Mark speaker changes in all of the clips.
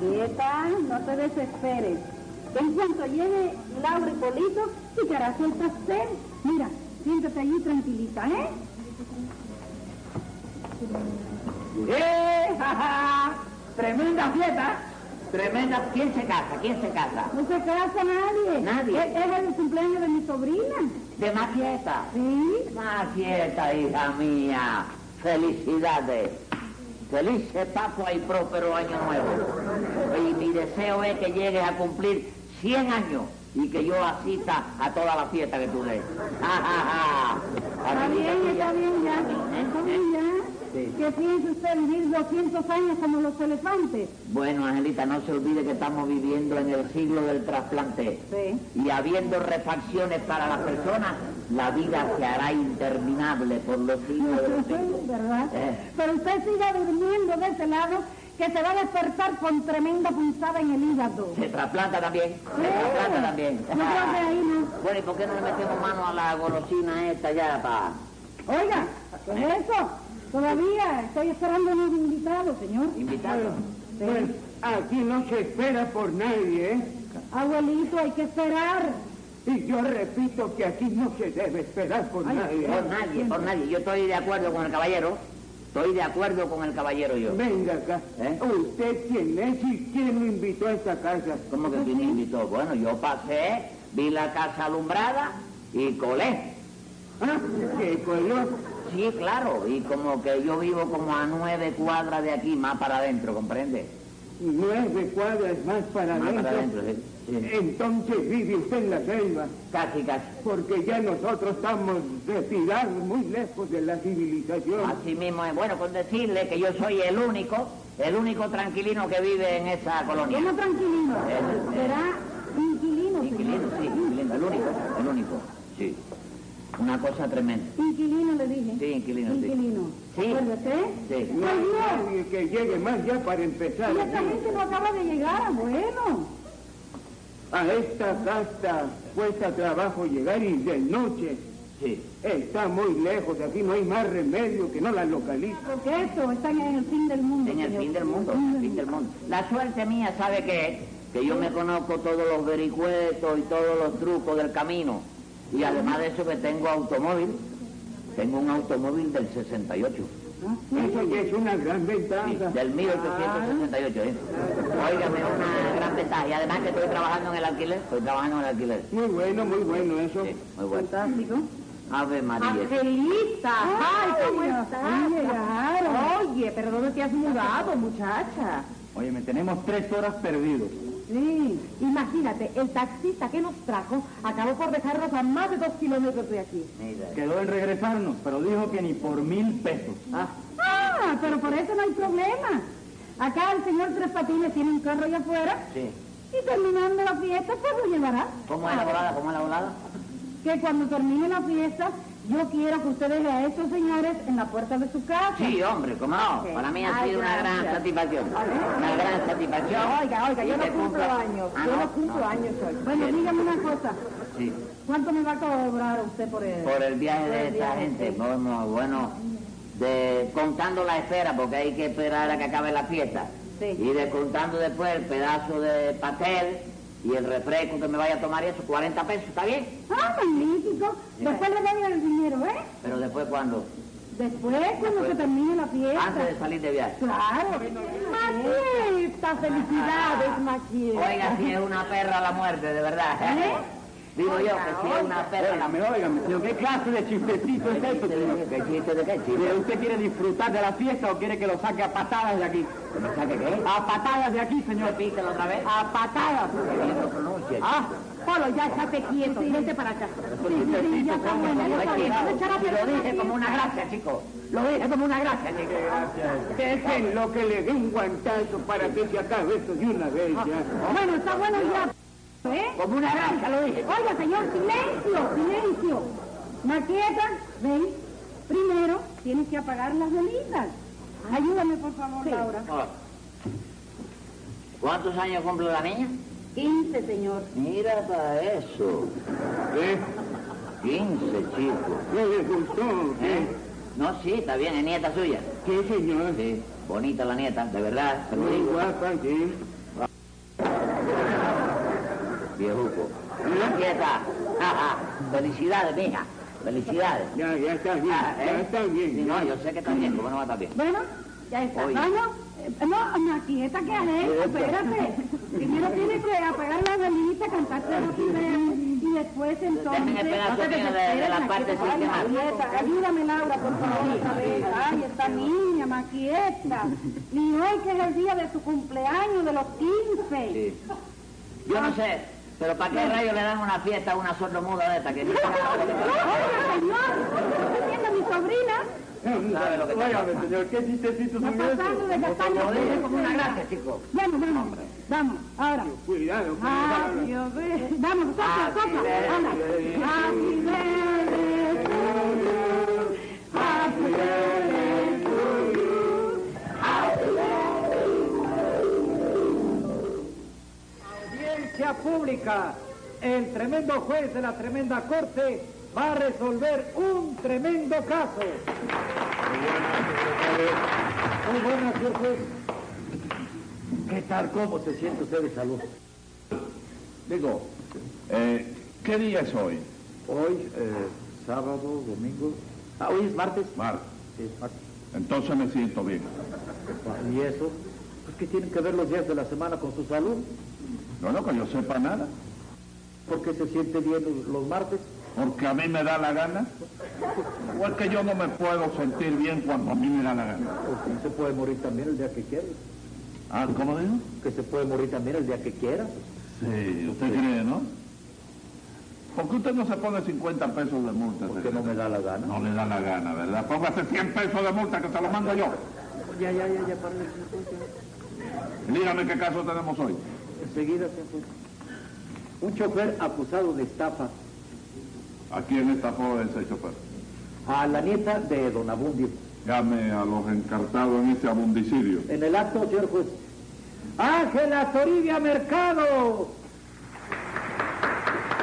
Speaker 1: Julieta, no te desesperes. En cuanto llegue Laura y Polito, y te harás el pastel. Mira, siéntate allí tranquilita, ¿eh?
Speaker 2: ¡Eh! ¡Ja, ja! ¡Tremenda fiesta! Tremenda. ¿Quién se casa? ¿Quién se casa?
Speaker 1: No se casa nadie.
Speaker 2: Nadie.
Speaker 1: Es, es el cumpleaños de mi sobrina.
Speaker 2: ¿De más fiesta?
Speaker 1: ¿Sí?
Speaker 2: Más fiesta, hija mía. Felicidades. Felices Pascua y próspero año nuevo. Y mi deseo es que llegues a cumplir 100 años y que yo asista a toda la fiesta que tú des. ¡Ja, ja, ja!
Speaker 1: Está
Speaker 2: Amiguita
Speaker 1: bien,
Speaker 2: tuya.
Speaker 1: está bien ya. Está bien ya.
Speaker 2: Eh, Sí.
Speaker 1: ¿Qué piensa usted vivir 200 años como los elefantes?
Speaker 2: Bueno, Angelita, no se olvide que estamos viviendo en el siglo del trasplante.
Speaker 1: Sí.
Speaker 2: y habiendo refacciones para las personas, la vida se hará interminable por los siglos de los siglos.
Speaker 1: ¿Verdad?
Speaker 2: Eh.
Speaker 1: Pero usted siga durmiendo de ese lado que se va a despertar con tremenda punzada en el hígado.
Speaker 2: Se trasplanta también, se trasplanta también.
Speaker 1: No creo que ahí no.
Speaker 2: Bueno, ¿y por qué no le metemos mano a la golosina esta ya para...?
Speaker 1: Oiga, ¿qué es eso? Todavía estoy esperando a unos invitados, señor.
Speaker 2: Invitados.
Speaker 3: Pues aquí no se espera por nadie, ¿eh?
Speaker 1: Abuelito, hay que esperar.
Speaker 3: Y yo repito que aquí no se debe esperar por nadie. ¿eh?
Speaker 2: Por nadie, por nadie. Yo estoy de acuerdo con el caballero, estoy de acuerdo con el caballero yo.
Speaker 3: Venga acá.
Speaker 2: ¿Eh?
Speaker 3: ¿Usted quién es y quién lo invitó a esta casa?
Speaker 2: ¿Cómo que quién invitó? Bueno, yo pasé, vi la casa alumbrada y colé.
Speaker 3: ¿Ah? ¿Qué color?
Speaker 2: Sí, claro, y como que yo vivo como a nueve cuadras de aquí, más para adentro, ¿comprende?
Speaker 3: Nueve cuadras más para
Speaker 2: Más para
Speaker 3: adentro.
Speaker 2: adentro, sí, sí.
Speaker 3: Entonces vive usted en la selva,
Speaker 2: Casi, casi.
Speaker 3: porque ya nosotros estamos retirados muy lejos de la civilización.
Speaker 2: Así mismo es. Bueno, con decirle que yo soy el único, el único tranquilino que vive en esa colonia.
Speaker 1: Bueno, tranquilino.
Speaker 2: Eh, eh.
Speaker 1: Será inquilino, señor.
Speaker 2: Inquilino, sí, inquilino, el único, el único. Sí. Una cosa tremenda.
Speaker 1: Inquilino le dije.
Speaker 2: Sí, inquilino, sí.
Speaker 1: Inquilino.
Speaker 2: Sí.
Speaker 1: Acuérdese.
Speaker 2: Sí.
Speaker 3: No
Speaker 1: Ay,
Speaker 3: hay
Speaker 1: Dios.
Speaker 3: nadie que llegue más ya para empezar.
Speaker 1: Y esta gente no acaba de llegar, abuelo.
Speaker 3: A esta casa cuesta trabajo llegar y de noche.
Speaker 2: Sí.
Speaker 3: Está muy lejos de aquí, no hay más remedio que no la localice.
Speaker 1: Porque esto están en el fin del mundo.
Speaker 2: En el
Speaker 1: señor.
Speaker 2: fin del mundo, en el fin del mundo. La suerte mía, ¿sabe qué es? Que yo me conozco todos los vericuetos y todos los trucos del camino. Y además de eso que tengo automóvil, tengo un automóvil del 68.
Speaker 1: Ah, sí.
Speaker 3: Eso ya es una gran
Speaker 2: Sí,
Speaker 3: ventaja.
Speaker 2: del 1868, ¿eh? Óigame, una gran ventaja. Y además que estoy trabajando en el alquiler, estoy trabajando en el alquiler.
Speaker 3: Muy bueno, muy bueno eso.
Speaker 2: Sí, muy bueno.
Speaker 1: Fantástico.
Speaker 2: Ave María.
Speaker 4: Angelita, ay, ¿cómo
Speaker 1: Dios
Speaker 4: estás?
Speaker 1: mío, llegaron.
Speaker 4: Oye, pero ¿dónde te has mudado, muchacha?
Speaker 5: Oye, me tenemos tres horas perdidos.
Speaker 4: Sí. Imagínate, el taxista que nos trajo acabó por dejarnos a más de dos kilómetros de aquí.
Speaker 2: Mira.
Speaker 5: Quedó en regresarnos, pero dijo que ni por mil pesos.
Speaker 1: Ah, pero por eso no hay problema. Acá el señor Tres Patines tiene un carro allá afuera
Speaker 2: Sí.
Speaker 1: y terminando la fiesta, pues lo llevará.
Speaker 2: ¿Cómo es la volada? ¿Cómo es la volada?
Speaker 1: Que cuando termine la fiesta, yo quiero que usted deje a estos señores en la puerta de su casa.
Speaker 2: Sí, hombre, cómo no. Para mí ha
Speaker 4: Ay,
Speaker 2: sido una gran
Speaker 4: gracias.
Speaker 2: satisfacción. Una gran satisfacción.
Speaker 4: Oiga, oiga,
Speaker 2: Y
Speaker 4: yo
Speaker 2: que
Speaker 4: no cumplo
Speaker 2: cumpla-
Speaker 4: años,
Speaker 2: Ah,
Speaker 4: yo no cumplo años hoy.
Speaker 1: Bueno,
Speaker 2: Bien.
Speaker 1: dígame una cosa.
Speaker 2: Sí.
Speaker 1: ¿Cuánto me va a cobrar usted por él?
Speaker 2: Por el viaje
Speaker 1: Por
Speaker 2: de
Speaker 1: el
Speaker 2: esta
Speaker 1: viaje,
Speaker 2: gente,
Speaker 1: sí.
Speaker 2: bueno, bueno, de, contando la espera, porque hay que esperar a que acabe la fiesta.
Speaker 1: Sí.
Speaker 2: Y descontando después el pedazo de pastel y el refresco que me vaya a tomar y eso, 40 pesos, ¿está bien?
Speaker 1: Ah, magnífico.
Speaker 2: Ya.
Speaker 1: Después le doy el dinero, ¿eh?
Speaker 2: Pero después cuando,
Speaker 1: Después, cuando se termine la fiesta.
Speaker 2: antes de salir de viaje.
Speaker 1: Claro.
Speaker 4: Maquieta,
Speaker 2: Ah.
Speaker 4: felicidades, Maquieta.
Speaker 2: Oiga, si es una perra la muerte, de verdad.
Speaker 1: ¿Eh?
Speaker 2: Digo yo que si es una perra la
Speaker 5: Óigame,
Speaker 2: muerte.
Speaker 5: óigame, pero ¿qué clase de chistecito es esto, señor?
Speaker 2: ¿Qué chiste de qué
Speaker 5: Mire,
Speaker 2: chiste?
Speaker 5: ¿usted quiere disfrutar de la fiesta o quiere que lo saque a patadas de aquí?
Speaker 2: ¿Que me saque qué?
Speaker 3: Ah,
Speaker 5: A patadas de aquí, señor.
Speaker 2: Repítelo otra vez.
Speaker 5: A patadas.
Speaker 2: Que bien lo pronuncia.
Speaker 5: Ah,
Speaker 4: Polo, ya estate quieto, vente para acá.
Speaker 2: Chistecito, ¿cómo no?
Speaker 4: bueno,
Speaker 2: Lo
Speaker 4: ya
Speaker 2: he
Speaker 4: está,
Speaker 2: quitado.
Speaker 4: ya está,
Speaker 2: Si
Speaker 4: ya está,
Speaker 2: Lo
Speaker 4: ya
Speaker 2: dije
Speaker 4: está.
Speaker 2: como una gracia, chico. Lo dije como una gracia, chico.
Speaker 3: Dejen lo que le dé un guantazo para que se acabe esto de una vez ya.
Speaker 2: Ah.
Speaker 1: Bueno, está bueno ya. ¿Eh?
Speaker 2: Como una gracia, lo dije.
Speaker 1: Oiga, señor, silencio, silencio. Maqueta, ven. Primero, tienes que apagar las velitas. Ayúdame, por favor, Laura.
Speaker 2: ¿Cuántos años cumple la niña?
Speaker 4: 15, señor.
Speaker 2: Mira para eso.
Speaker 3: ¿Eh?
Speaker 2: 15, chico.
Speaker 3: ¿No le gustó?
Speaker 2: ¿Eh?
Speaker 3: ¿Eh?
Speaker 2: No, sí, está bien, es nieta suya.
Speaker 3: Sí, señor.
Speaker 2: Sí, bonita la nieta, de verdad. te lo
Speaker 3: Muy
Speaker 2: digo.
Speaker 3: guapa, sí.
Speaker 2: viejuco. Aquí está. Felicidades, mija. Felicidades.
Speaker 3: Ya, ya está bien,
Speaker 2: Ah,
Speaker 3: ya
Speaker 2: ¿eh?
Speaker 3: está
Speaker 2: Sí,
Speaker 3: bien.
Speaker 2: no, yo sé que está bien, ¿cómo no va a estar bien?
Speaker 1: Bueno, ya está.
Speaker 2: Oye.
Speaker 1: Vamos. Eh, No, Maquieta, ¿qué haré? Espérate. Primero tienes que apagar la velita, cantarte lo primero y después
Speaker 2: Déjenme
Speaker 1: entonces...
Speaker 2: esperar
Speaker 1: No te
Speaker 2: que viene de-
Speaker 1: desesperes,
Speaker 2: de la parte
Speaker 1: Maquieta. Ay,
Speaker 2: sistemática.
Speaker 1: Maquieta, ayúdame, Laura, por favor, otra vez. Ay, esta niña, Maquieta. Y hoy que es el día de su cumpleaños, de los 15.
Speaker 2: Yo no sé, pero ¿para qué rayos le dan una fiesta a una sordomuda de esta que ni sabe lo que está-
Speaker 1: Oiga, señor, ¿qué está haciendo mi sobrina?
Speaker 2: sabe lo que está
Speaker 3: Óigame, señor, ¿qué chistecitos
Speaker 1: Está
Speaker 3: son
Speaker 1: pasando
Speaker 3: esos?
Speaker 1: de castaño.
Speaker 2: Lo dije como una gracia, chico.
Speaker 1: Vamos, vamos, vamos, ahora.
Speaker 3: Cuidado, cuidado.
Speaker 1: Happy birthday. Vamos, sopla, sopla. Anda. Happy birthday to you. Happy birthday to you. Happy birthday.
Speaker 6: Audiencia pública. El tremendo juez de la tremenda corte va a resolver un tremendo caso. Muy buenas, señor juez.
Speaker 5: ¿Qué tal? ¿Cómo se siente usted de salud?
Speaker 7: Digo, eh, ¿qué día es hoy?
Speaker 5: Hoy, eh, sábado, domingo. Ah, hoy es martes.
Speaker 7: Martes.
Speaker 5: Sí, es martes. Ah,
Speaker 7: Entonces me siento bien.
Speaker 5: ¿Y eso? Pues que tienen que ver los días de la semana con su salud.
Speaker 7: No, no que yo sepa nada.
Speaker 5: ¿Por qué se siente bien los- los martes?
Speaker 7: Porque a mí me da la gana. O es que yo no me puedo sentir bien cuando a mí me da la gana.
Speaker 5: Pues sí, se puede morir también el día que quiera.
Speaker 7: Ah, ¿cómo digo?
Speaker 5: Que se puede morir también el día que quiera. pues,
Speaker 7: Sí, usted cree, ¿no? ¿Por qué usted no se pone 50 pesos de multa?
Speaker 5: Porque no me da la gana.
Speaker 7: No le da la gana, ¿verdad? Póngase 100 pesos de multa que se lo mando yo.
Speaker 5: Ya, ya, ya, ya, para el
Speaker 7: Dígame qué caso tenemos hoy.
Speaker 5: Enseguida, señor juez. Un chofer acusado de estafa
Speaker 7: ¿A quién estafó ese chofer?
Speaker 5: a la nieta de Don Abundio.
Speaker 7: Llame a los encartados en ese abundicidio.
Speaker 5: En el acto, señor juez. Ángela Toribia Mercado.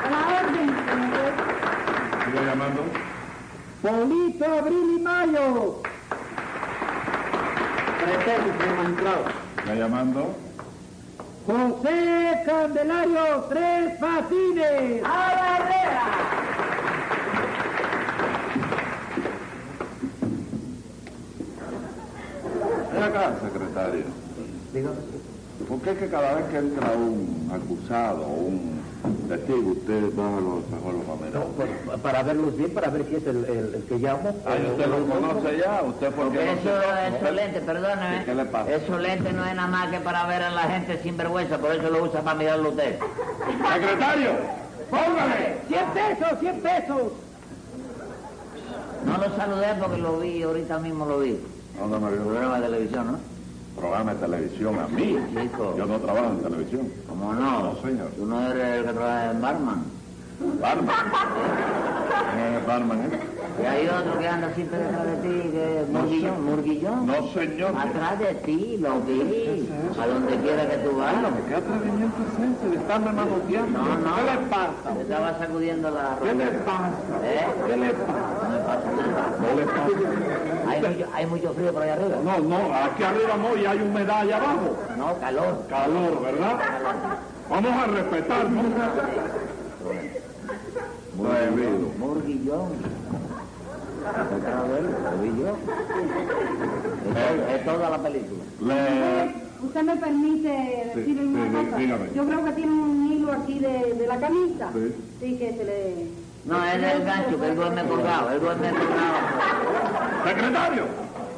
Speaker 1: A la orden, señor.
Speaker 7: ¿Sigue llamando?
Speaker 5: Polito Abril y Mayo. Presente, señor magistrado.
Speaker 7: ¿Sigue llamando?
Speaker 5: José Candelario Tres Patines.
Speaker 7: Ven acá, secretario.
Speaker 5: Dígame.
Speaker 7: ¿Por qué es que cada vez que entra un acusado o un testigo, usted va a los mejores
Speaker 5: No, pues,
Speaker 7: familiares?
Speaker 5: pa- para verlos bien, para ver si es el, el- el que llamo.
Speaker 7: Ay, usted lo conoce ya, usted por qué no
Speaker 2: Eso,
Speaker 7: se-
Speaker 2: esos lentes, perdóneme.
Speaker 7: ¿Y qué le pasa?
Speaker 2: Esos lentes no es nada más que para ver a la gente sin vergüenza, por eso lo usa para mirarlo usted.
Speaker 7: ¡Secretario! ¡Póngale!
Speaker 6: 100 pesos, 100 pesos.
Speaker 2: No lo saludé porque lo vi, ahorita mismo lo vi.
Speaker 7: ¿Dónde me
Speaker 2: El
Speaker 7: vio?
Speaker 2: programa de televisión, ¿no?
Speaker 7: Programa de televisión a mí.
Speaker 2: Chico.
Speaker 7: Yo no trabajo en televisión.
Speaker 2: ¿Cómo no?
Speaker 7: No, señor.
Speaker 2: Tú no eres el que trabaja en Barman.
Speaker 7: Barman. Eh, barman, ¿eh?
Speaker 2: Y hay otro que anda siempre detrás de ti, que es
Speaker 7: No,
Speaker 2: Murguillón,
Speaker 7: señor.
Speaker 2: Murguillón.
Speaker 7: No, señor.
Speaker 5: Ah,
Speaker 2: Atrás de ti, lo vi. A donde quiera que tú vayas.
Speaker 7: ¿Qué atrevimiento es ese de estarme manoteando?
Speaker 2: No, no.
Speaker 7: ¿Qué le pasa?
Speaker 2: Te estaba sacudiendo la ropa.
Speaker 7: ¿Qué le pasa?
Speaker 2: ¿Eh?
Speaker 7: ¿Qué le pasa?
Speaker 2: No me pasa nada.
Speaker 7: ¿Qué le pasa?
Speaker 2: Hay mucho, hay mucho frío por allá arriba.
Speaker 7: No, no, aquí arriba no y hay humedad allá abajo.
Speaker 2: No, calor.
Speaker 7: Calor, ¿verdad? Vamos a respetarnos. Prohibido.
Speaker 2: Murguillón. Otra vez, lo vi yo. Es todo- Es toda la película.
Speaker 7: Le...
Speaker 1: Usted me permite
Speaker 7: Sí,
Speaker 1: decirle
Speaker 7: sí,
Speaker 1: una
Speaker 7: sí,
Speaker 1: cosa.
Speaker 7: dígame.
Speaker 1: Yo creo que tiene un hilo aquí de, de la camisa.
Speaker 7: Sí.
Speaker 1: que se le.
Speaker 2: No, es del gancho, que él duerme colgado, él duerme colgado.
Speaker 7: Secretario,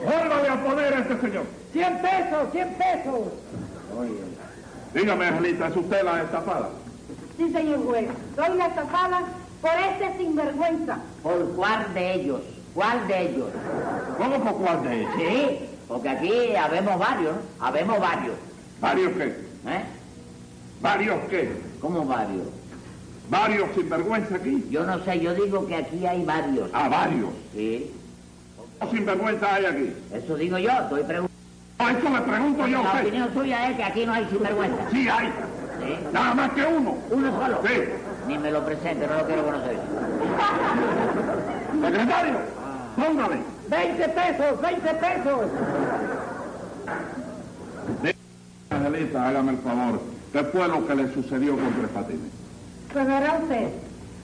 Speaker 7: vuélvale a poner a este señor.
Speaker 6: 100 pesos, 100 pesos.
Speaker 7: Dígame, Angelita, ¿es usted la estafada?
Speaker 1: Sí, señor juez. Soy la estafada por este sinvergüenza.
Speaker 2: ¿Por cuál de ellos? ¿Cuál de ellos?
Speaker 7: ¿Cómo por cuál de ellos?
Speaker 2: Sí, porque aquí habemos varios, ¿no? Habemos varios.
Speaker 7: ¿Varios qué?
Speaker 2: ¿Eh?
Speaker 7: ¿Varios qué?
Speaker 2: ¿Cómo varios?
Speaker 7: ¿Varios sinvergüenza aquí?
Speaker 2: Yo no sé, yo digo que aquí hay varios.
Speaker 7: A varios.
Speaker 2: Sí,
Speaker 7: ¿Cuántos sinvergüenza hay aquí?
Speaker 2: eso digo yo, estoy preguntando.
Speaker 7: A eso le pregunto
Speaker 2: La
Speaker 7: yo a usted.
Speaker 2: opinión suya es que aquí no hay sinvergüenza.
Speaker 7: Sí hay.
Speaker 2: Sí.
Speaker 7: Nada más que uno.
Speaker 2: Uno solo.
Speaker 7: Sí.
Speaker 2: Ni me lo presente, no lo quiero conocer.
Speaker 7: Secretario, póngale.
Speaker 6: 20 pesos, 20 pesos.
Speaker 7: Angelita, hágame el favor. ¿Qué fue lo que le sucedió con Tres Patines?
Speaker 1: Pues verá usted,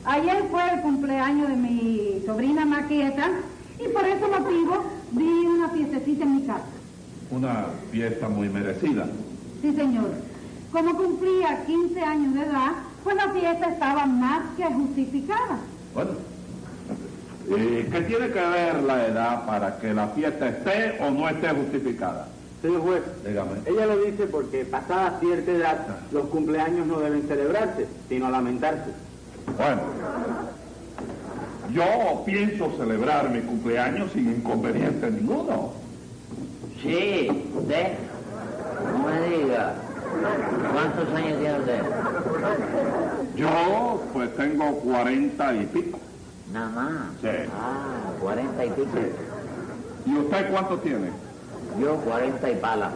Speaker 1: ayer fue el cumpleaños de mi sobrina Maqueta y por ese motivo di una fiestecita en mi casa.
Speaker 7: Una fiesta muy merecida.
Speaker 1: Sí, señor. Como cumplía 15 años de edad, pues la fiesta estaba más que justificada.
Speaker 7: Bueno. Eh, ¿Qué tiene que ver la edad para que la fiesta esté o no esté justificada?
Speaker 5: Señor juez,
Speaker 7: Dígame.
Speaker 5: ella lo dice porque pasada cierta edad los cumpleaños no deben celebrarse, sino lamentarse.
Speaker 7: Bueno, yo pienso celebrar mi cumpleaños sin inconveniente ninguno.
Speaker 2: Sí, usted. No me diga. ¿Cuántos años tiene usted?
Speaker 7: Yo pues tengo cuarenta y pico.
Speaker 2: Nada más.
Speaker 7: Sí.
Speaker 2: Ah, cuarenta y pico.
Speaker 7: ¿Y usted cuánto tiene?
Speaker 2: Yo cuarenta y pala.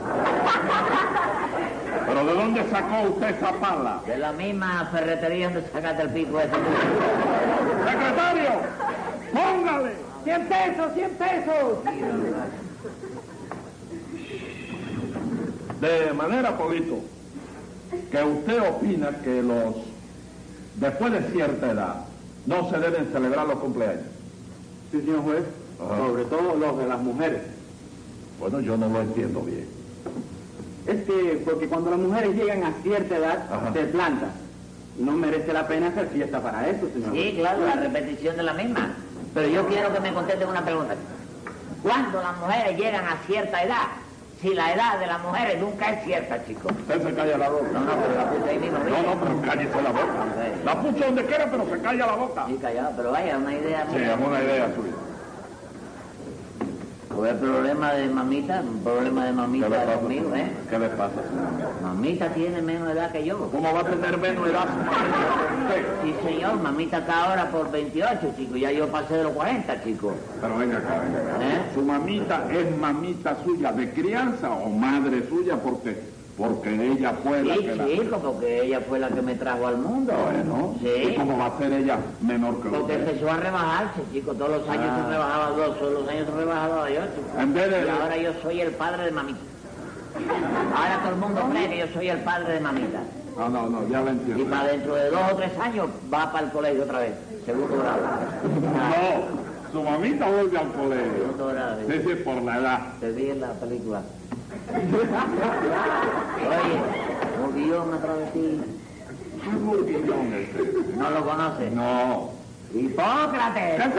Speaker 7: ¿Pero de dónde sacó usted esa pala?
Speaker 2: De la misma ferretería donde sacaste el pico ese.
Speaker 7: ¡Secretario! ¡Póngale!
Speaker 6: ¡Cien pesos, cien pesos!
Speaker 7: De manera, Polito, que usted opina que los, después de cierta edad, no se deben celebrar los cumpleaños.
Speaker 5: Sí, señor juez,
Speaker 7: Ajá.
Speaker 5: sobre todo los de las mujeres.
Speaker 7: Bueno, yo no lo entiendo bien.
Speaker 5: Es que porque cuando las mujeres llegan a cierta edad,
Speaker 7: Ajá.
Speaker 5: se plantan. No merece la pena hacer fiesta para eso, señor
Speaker 2: Sí, claro, la repetición de la misma. Pero yo quiero que me contesten una pregunta. ¿Cuándo las mujeres llegan a cierta edad? Si la edad de las mujeres nunca es cierta, chicos.
Speaker 7: Usted se calla la
Speaker 2: No,
Speaker 7: boca.
Speaker 2: no, pero la puse ahí mismo.
Speaker 7: No, no, pero cállese la boca. La pucha donde quiera, pero se calla la boca.
Speaker 2: Sí, callado, pero vaya, una idea.
Speaker 7: Sí,
Speaker 2: mía.
Speaker 7: es una idea suya.
Speaker 2: Pues el problema de mamita, un problema de
Speaker 7: ¿Qué le
Speaker 2: mamita
Speaker 7: pasa?
Speaker 2: conmigo, ¿eh?
Speaker 7: ¿Qué le pasa? señor?
Speaker 2: Mamita tiene menos edad que yo.
Speaker 7: ¿Cómo va a tener menos edad? Sí.
Speaker 2: Sí, señor, mamita está ahora por 28, chico. Ya yo pasé de los 40, chico.
Speaker 7: Pero venga acá, venga acá.
Speaker 2: ¿Eh?
Speaker 7: ¿Su mamita es mamita suya de crianza o madre suya porque, porque ella fue la
Speaker 2: Sí,
Speaker 7: que la...
Speaker 2: chico, porque ella fue la que me trajo al mundo.
Speaker 7: Bueno, ¿y
Speaker 2: Sí.
Speaker 7: cómo va a ser ella menor que
Speaker 2: Porque
Speaker 7: usted?
Speaker 2: empezó a rebajarse, chico. Todos los años se rebajaba dos, todos los años se rebajaba yo, chico.
Speaker 7: En vez de...
Speaker 2: Y ahora yo soy el padre de mamita. Ahora todo el mundo cree que yo soy el padre de mamita.
Speaker 7: No, no, no, ya la
Speaker 2: Y
Speaker 7: entiendo.
Speaker 2: para dentro de dos o tres años va para el colegio otra vez. Segundo grado.
Speaker 7: No, su mamita vuelve al colegio.
Speaker 2: Segundo grado.
Speaker 7: Sí, sí, por la edad.
Speaker 2: Te vi en la película. Oye, Murguillón otra vez sí.
Speaker 7: ¿Qué burguillón es ese?
Speaker 2: No lo conoces.
Speaker 7: No. ¿Qué es
Speaker 2: ¡Hipócrates!
Speaker 7: eso?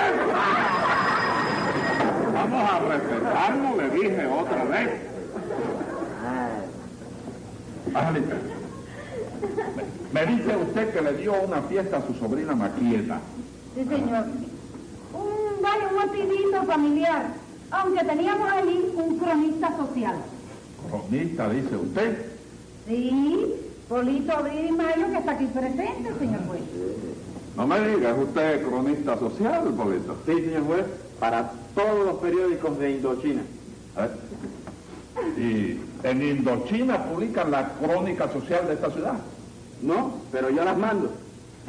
Speaker 7: Vamos a respetarlo, le dije otra vez.
Speaker 2: Ah,
Speaker 7: Angelita, me, me dice usted que le dio una fiesta a su sobrina Maquieta.
Speaker 1: Sí, señor. Un, vaya, un motivito familiar, aunque teníamos allí un cronista social.
Speaker 7: Cronista, dice usted.
Speaker 1: Sí, Polito Abril y Mayo, que está aquí presente, señor juez.
Speaker 7: No me diga, es usted cronista social, Polito.
Speaker 5: Sí, señor juez, para todos los periódicos de Indochina.
Speaker 7: ¿Eh? Y en Indochina publican la crónica social de esta ciudad.
Speaker 5: No, pero yo las mando.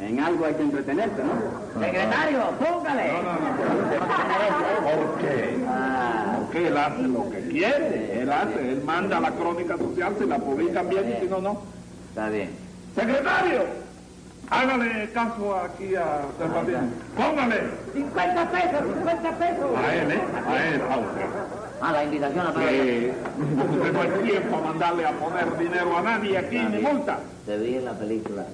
Speaker 5: En algo hay que entretenerse, ¿no?
Speaker 2: Secretario, póngale.
Speaker 7: ¿Por qué? Porque él hace lo que quiere. Él hace, él manda la crónica social, si la publican bien y si no, no.
Speaker 2: Está bien.
Speaker 7: ¡Secretario! Hágale caso aquí a Sebastián. Póngale.
Speaker 6: 50 pesos, 50 pesos.
Speaker 7: A él, ¿eh? A él, a usted.
Speaker 2: Ah, la invitación la pago yo.
Speaker 7: Eh, usted no hay tiempo a mandarle a poner dinero a nadie aquí, ni multa.
Speaker 2: Te vi en la película.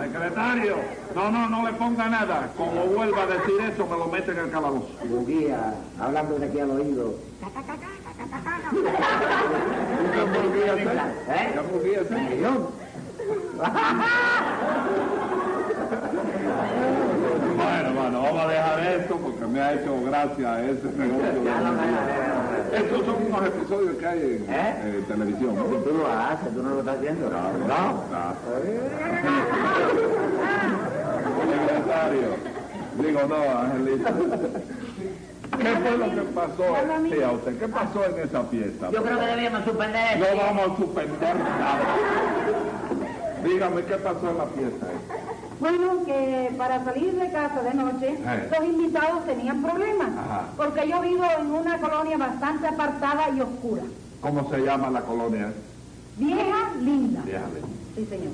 Speaker 7: Secretario, no, no, no le ponga nada. Como vuelva a decir eso, me lo meten al calabozo.
Speaker 2: Burguía, hablándole aquí al oído.
Speaker 7: ¿Qué burguía es esa?
Speaker 2: ¿Eh?
Speaker 7: ¿Qué burguía es esa? Bueno, bueno, vamos a dejar esto porque me ha hecho gracia ese negocio. de- Esos son unos episodios que hay en
Speaker 2: ¿Eh?
Speaker 7: eh, televisión. ¿no?
Speaker 2: Tú lo haces, tú no lo estás viendo.
Speaker 7: No. Secretario. Digo, no, Angelita. ¿Qué fue lo que pasó? Sí, a usted. ¿Qué pasó en esa fiesta?
Speaker 2: Yo creo que debíamos suspender
Speaker 7: No
Speaker 2: esto.
Speaker 7: vamos a suspender nada. Dígame, ¿qué pasó en la fiesta? esa?
Speaker 1: Bueno, que para salir de casa de noche,
Speaker 6: Ah.
Speaker 7: Ay.
Speaker 1: los invitados tenían problemas,
Speaker 7: Ajá.
Speaker 1: porque yo vivo en una colonia bastante apartada y oscura.
Speaker 7: ¿Cómo se llama la colonia?
Speaker 1: Vieja, linda.
Speaker 7: Déjale.
Speaker 1: Sí, señor.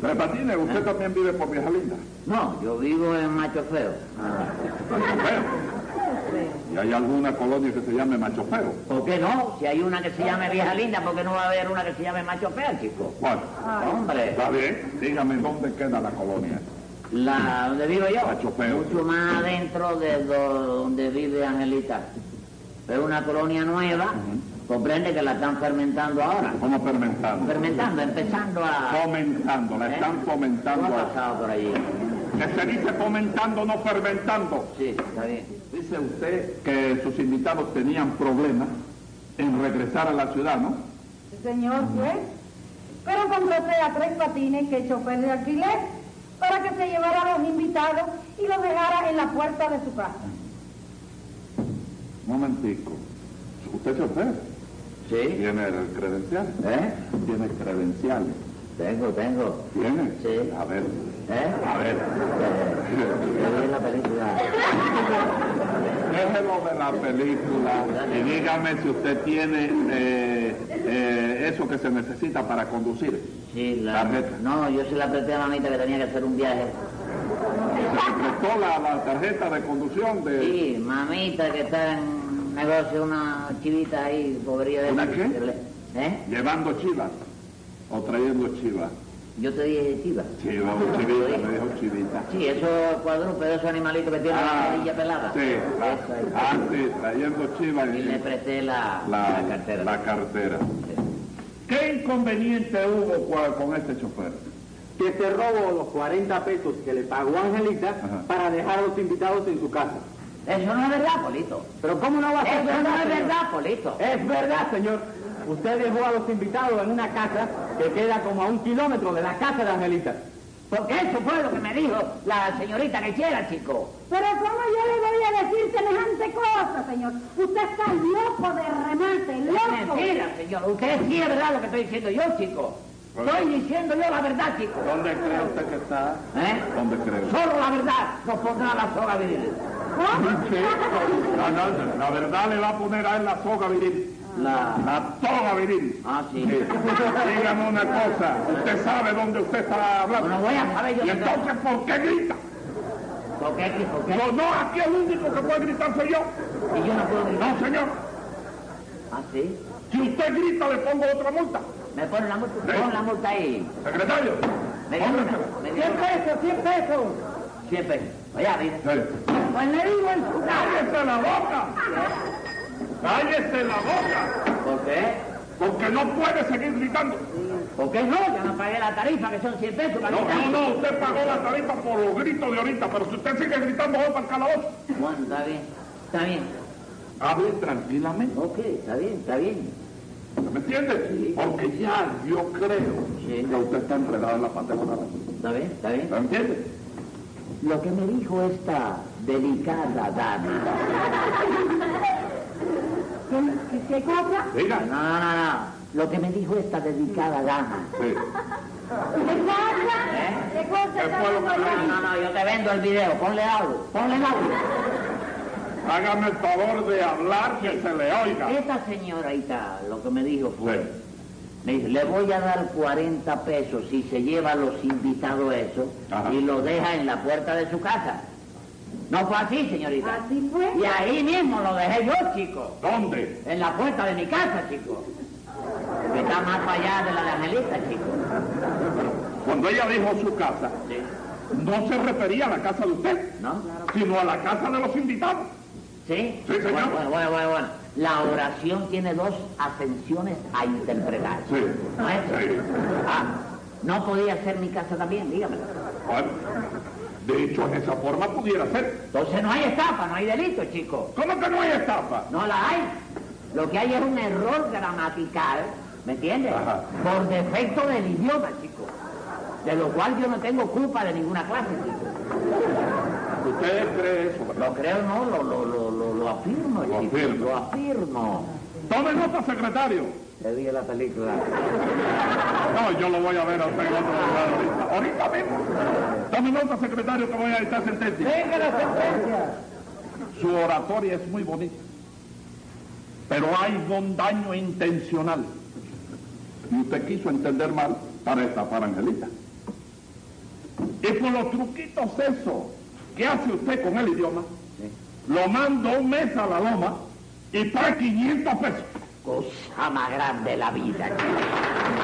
Speaker 7: Tres Patines, usted también vive por Viejalinda.
Speaker 2: No, yo vivo en Macho Feo. Ah,
Speaker 7: Macho Feo. ¿Y hay alguna colonia que se llame Macho Feo?
Speaker 2: ¿Por qué no? Si hay una que se llame Vieja Linda, ¿por qué no va a haber una que se llame Macho Feo, chico?
Speaker 7: Bueno,
Speaker 2: Ah. Hombre,
Speaker 7: está bien. Dígame dónde queda la colonia.
Speaker 2: la donde vivo yo.
Speaker 7: Macho Feo.
Speaker 2: Mucho más adentro de do- donde vive Angelita. Es una colonia nueva. Comprende que la están fermentando ahora.
Speaker 7: ¿Cómo fermentando?
Speaker 2: Fermentando, empezando a...
Speaker 7: Fomentando, la están
Speaker 2: ¿Eh?
Speaker 7: fomentando.
Speaker 2: ¿Cómo ha
Speaker 7: ahora.
Speaker 2: pasado por allí?
Speaker 7: Que se dice fomentando, no fermentando.
Speaker 2: Sí, está bien.
Speaker 7: Dice usted que sus invitados tenían problemas en regresar a la ciudad, ¿no?
Speaker 4: Señor
Speaker 1: pues.
Speaker 4: juez, pero contraté a tres patines que chofer de alquiler para que se llevara a los invitados y los dejara en la puerta de su casa.
Speaker 7: Un momentico. Usted se ofrece.
Speaker 2: ¿Sí?
Speaker 7: Tiene credenciales.
Speaker 2: ¿Eh?
Speaker 7: Tiene credenciales.
Speaker 2: Tengo, tengo.
Speaker 7: ¿Tiene?
Speaker 2: Sí.
Speaker 7: A ver.
Speaker 2: ¿Eh?
Speaker 7: A ver.
Speaker 2: Yo vi la película.
Speaker 7: Déjelo de la película y dígame si usted tiene eh, eh, eso que se necesita para conducir.
Speaker 2: Sí, la...
Speaker 7: Tarjeta.
Speaker 2: No, yo se la presté a mamita que tenía que hacer un viaje.
Speaker 7: Se le prestó la, la tarjeta de conducción de...
Speaker 2: Sí, mamita que está en negocio, una chivita ahí, podría
Speaker 7: ¿Una
Speaker 2: decir
Speaker 7: qué?
Speaker 2: que le- ¿Eh?
Speaker 7: Llevando chivas o trayendo chivas.
Speaker 2: Yo te dije chiva.
Speaker 7: Chiva o chivita, me dijo chivita.
Speaker 2: Sí, esos cuadrúpedos, esos animalitos que tienen la rodilla pelada.
Speaker 7: Ah, sí, la-
Speaker 2: Eso ahí.
Speaker 7: ah, sí, trayendo chivas
Speaker 2: Y
Speaker 7: y
Speaker 2: le presté la,
Speaker 7: la,
Speaker 2: la cartera.
Speaker 7: la cartera.
Speaker 2: Sí.
Speaker 7: ¿Qué inconveniente hubo cua- con este chofer?
Speaker 5: Que se robó los 40 pesos que le pagó Angelita
Speaker 7: Ajá.
Speaker 5: para dejar a los invitados en su casa.
Speaker 2: Eso no es verdad, Polito.
Speaker 5: Pero ¿cómo no va a ser
Speaker 2: Eso
Speaker 5: verdad,
Speaker 2: no es
Speaker 5: señor?
Speaker 2: verdad, Polito.
Speaker 7: ¿Eh?
Speaker 5: Es verdad, señor. Usted dejó a los invitados en una casa que queda como a un kilómetro de la casa de Angelita.
Speaker 2: Porque eso fue lo que me dijo la señorita que quiera, chico.
Speaker 1: Pero ¿cómo yo le voy a decir semejante cosa, señor? Usted está loco de remate,
Speaker 2: Es
Speaker 1: loco.
Speaker 2: mentira, señor. Usted sí es verdad lo que estoy diciendo yo, chico. Estoy diciendo yo la verdad, chico.
Speaker 7: ¿Dónde cree usted que está?
Speaker 2: ¿Eh?
Speaker 7: ¿Dónde cree usted?
Speaker 2: Solo la verdad nos pondrá la soga viril. ¡Ah!
Speaker 7: No, no, no, la verdad le va a poner a él la soga viril.
Speaker 2: La...
Speaker 7: La toga viril.
Speaker 2: Ah, sí.
Speaker 7: Dígame una cosa, usted sabe dónde usted está hablando.
Speaker 2: Bueno, voy a saber yo.
Speaker 7: ¿Y entonces por qué grita?
Speaker 2: ¿Por qué, chico? ¿Por qué?
Speaker 7: No, no, aquí el único que puede gritar soy yo.
Speaker 2: Y yo no puedo gritar.
Speaker 7: No, señor.
Speaker 2: Ah, sí.
Speaker 7: Si usted grita, le pongo otra multa.
Speaker 2: Me ponen la multa.
Speaker 7: Sí.
Speaker 2: Pon la multa ahí.
Speaker 7: Secretario,
Speaker 2: Me dio una.
Speaker 7: póngasela.
Speaker 2: Me dio
Speaker 6: 100
Speaker 2: una.
Speaker 6: pesos, 100 pesos.
Speaker 2: Siempre. Allá, mire.
Speaker 7: Sí.
Speaker 2: Pues le digo en su cara.
Speaker 7: ¡Cállese la boca! ¡Cállese la boca!
Speaker 2: ¿Por qué?
Speaker 7: Porque no puede seguir gritando.
Speaker 2: ¿Por qué no? Ya me pagué la tarifa, que son 100 pesos.
Speaker 7: No,
Speaker 2: mamita.
Speaker 7: no, no, usted pagó la tarifa por los gritos de ahorita, pero si usted sigue gritando, voy para el calabozo.
Speaker 2: Bueno, está bien. Está bien.
Speaker 7: Hable tranquilamente,
Speaker 2: Ok, está bien, está bien.
Speaker 7: ¿me entiende? Porque ya yo creo
Speaker 2: Sí.
Speaker 7: que usted está enredado en la paternidad.
Speaker 2: Está bien, está bien.
Speaker 7: ¿Me entiende?
Speaker 2: Lo que me dijo esta delicada dama.
Speaker 1: ¿Qué, qué, qué cosa?
Speaker 2: No,
Speaker 7: Diga.
Speaker 2: no, no, no. Lo que me dijo esta dedicada dama.
Speaker 7: Sí.
Speaker 1: ¿Qué cosa?
Speaker 2: ¿Eh?
Speaker 1: ¿Qué cosa?
Speaker 7: ¿Qué fue lo que le
Speaker 2: No, no, no, yo te vendo el video. Ponle audio. Ponle el audio.
Speaker 7: Hágame el favor de hablar que se le oiga.
Speaker 2: Esta señorita lo que me dijo fue,
Speaker 7: Sí.
Speaker 2: me dice, le voy a dar 40 pesos si se lleva a los invitados eso
Speaker 7: Ajá.
Speaker 2: y lo deja en la puerta de su casa. No fue así, señorita.
Speaker 1: Así fue.
Speaker 2: Y ahí mismo lo dejé yo, chico.
Speaker 7: ¿Dónde?
Speaker 2: En la puerta de mi casa, chico. Que está más para allá de la de Angelita, chico.
Speaker 7: Cuando ella dijo su casa,
Speaker 2: Sí.
Speaker 7: no se refería a la casa de usted,
Speaker 2: ¿No?
Speaker 7: sino a la casa de los invitados.
Speaker 2: ¿Sí?
Speaker 7: Sí, señor.
Speaker 2: Bueno, bueno, bueno, bueno, bueno. La oración tiene dos ascensiones a interpretar.
Speaker 7: Sí.
Speaker 2: ¿No es?
Speaker 7: Sí.
Speaker 2: Ah, no podía ser mi casa también, dígamelo.
Speaker 7: Bueno, de hecho, en esa forma pudiera ser.
Speaker 2: Entonces no hay estafa, no hay delito, chico.
Speaker 7: ¿Cómo que no hay estafa?
Speaker 2: No la hay. Lo que hay es un error gramatical, ¿me entiendes?
Speaker 7: Ajá.
Speaker 2: Por defecto del idioma, chico. De lo cual yo no tengo culpa de ninguna clase, chico.
Speaker 7: Usted cree eso,
Speaker 2: Lo
Speaker 7: ¿verdad?
Speaker 2: creo, no, lo, lo, lo, lo, lo afirmo,
Speaker 7: Lo
Speaker 2: chico.
Speaker 7: afirma.
Speaker 2: Lo afirmo.
Speaker 7: Tome nota, secretario.
Speaker 2: Te vi la película.
Speaker 7: No, yo lo voy a ver a usted en otro lugar ahorita. Ahorita mismo. Tome nota, secretario, que voy a dictar sentencia.
Speaker 6: Venga la sentencia.
Speaker 7: Su oratoria es muy bonita, pero hay un daño intencional. Y usted quiso entender mal para estafar a Angelita. Y por los truquitos esos que hace usted con el idioma, lo mando un mes a la loma y paga 500 pesos.
Speaker 2: Cosa más grande la vida. chico.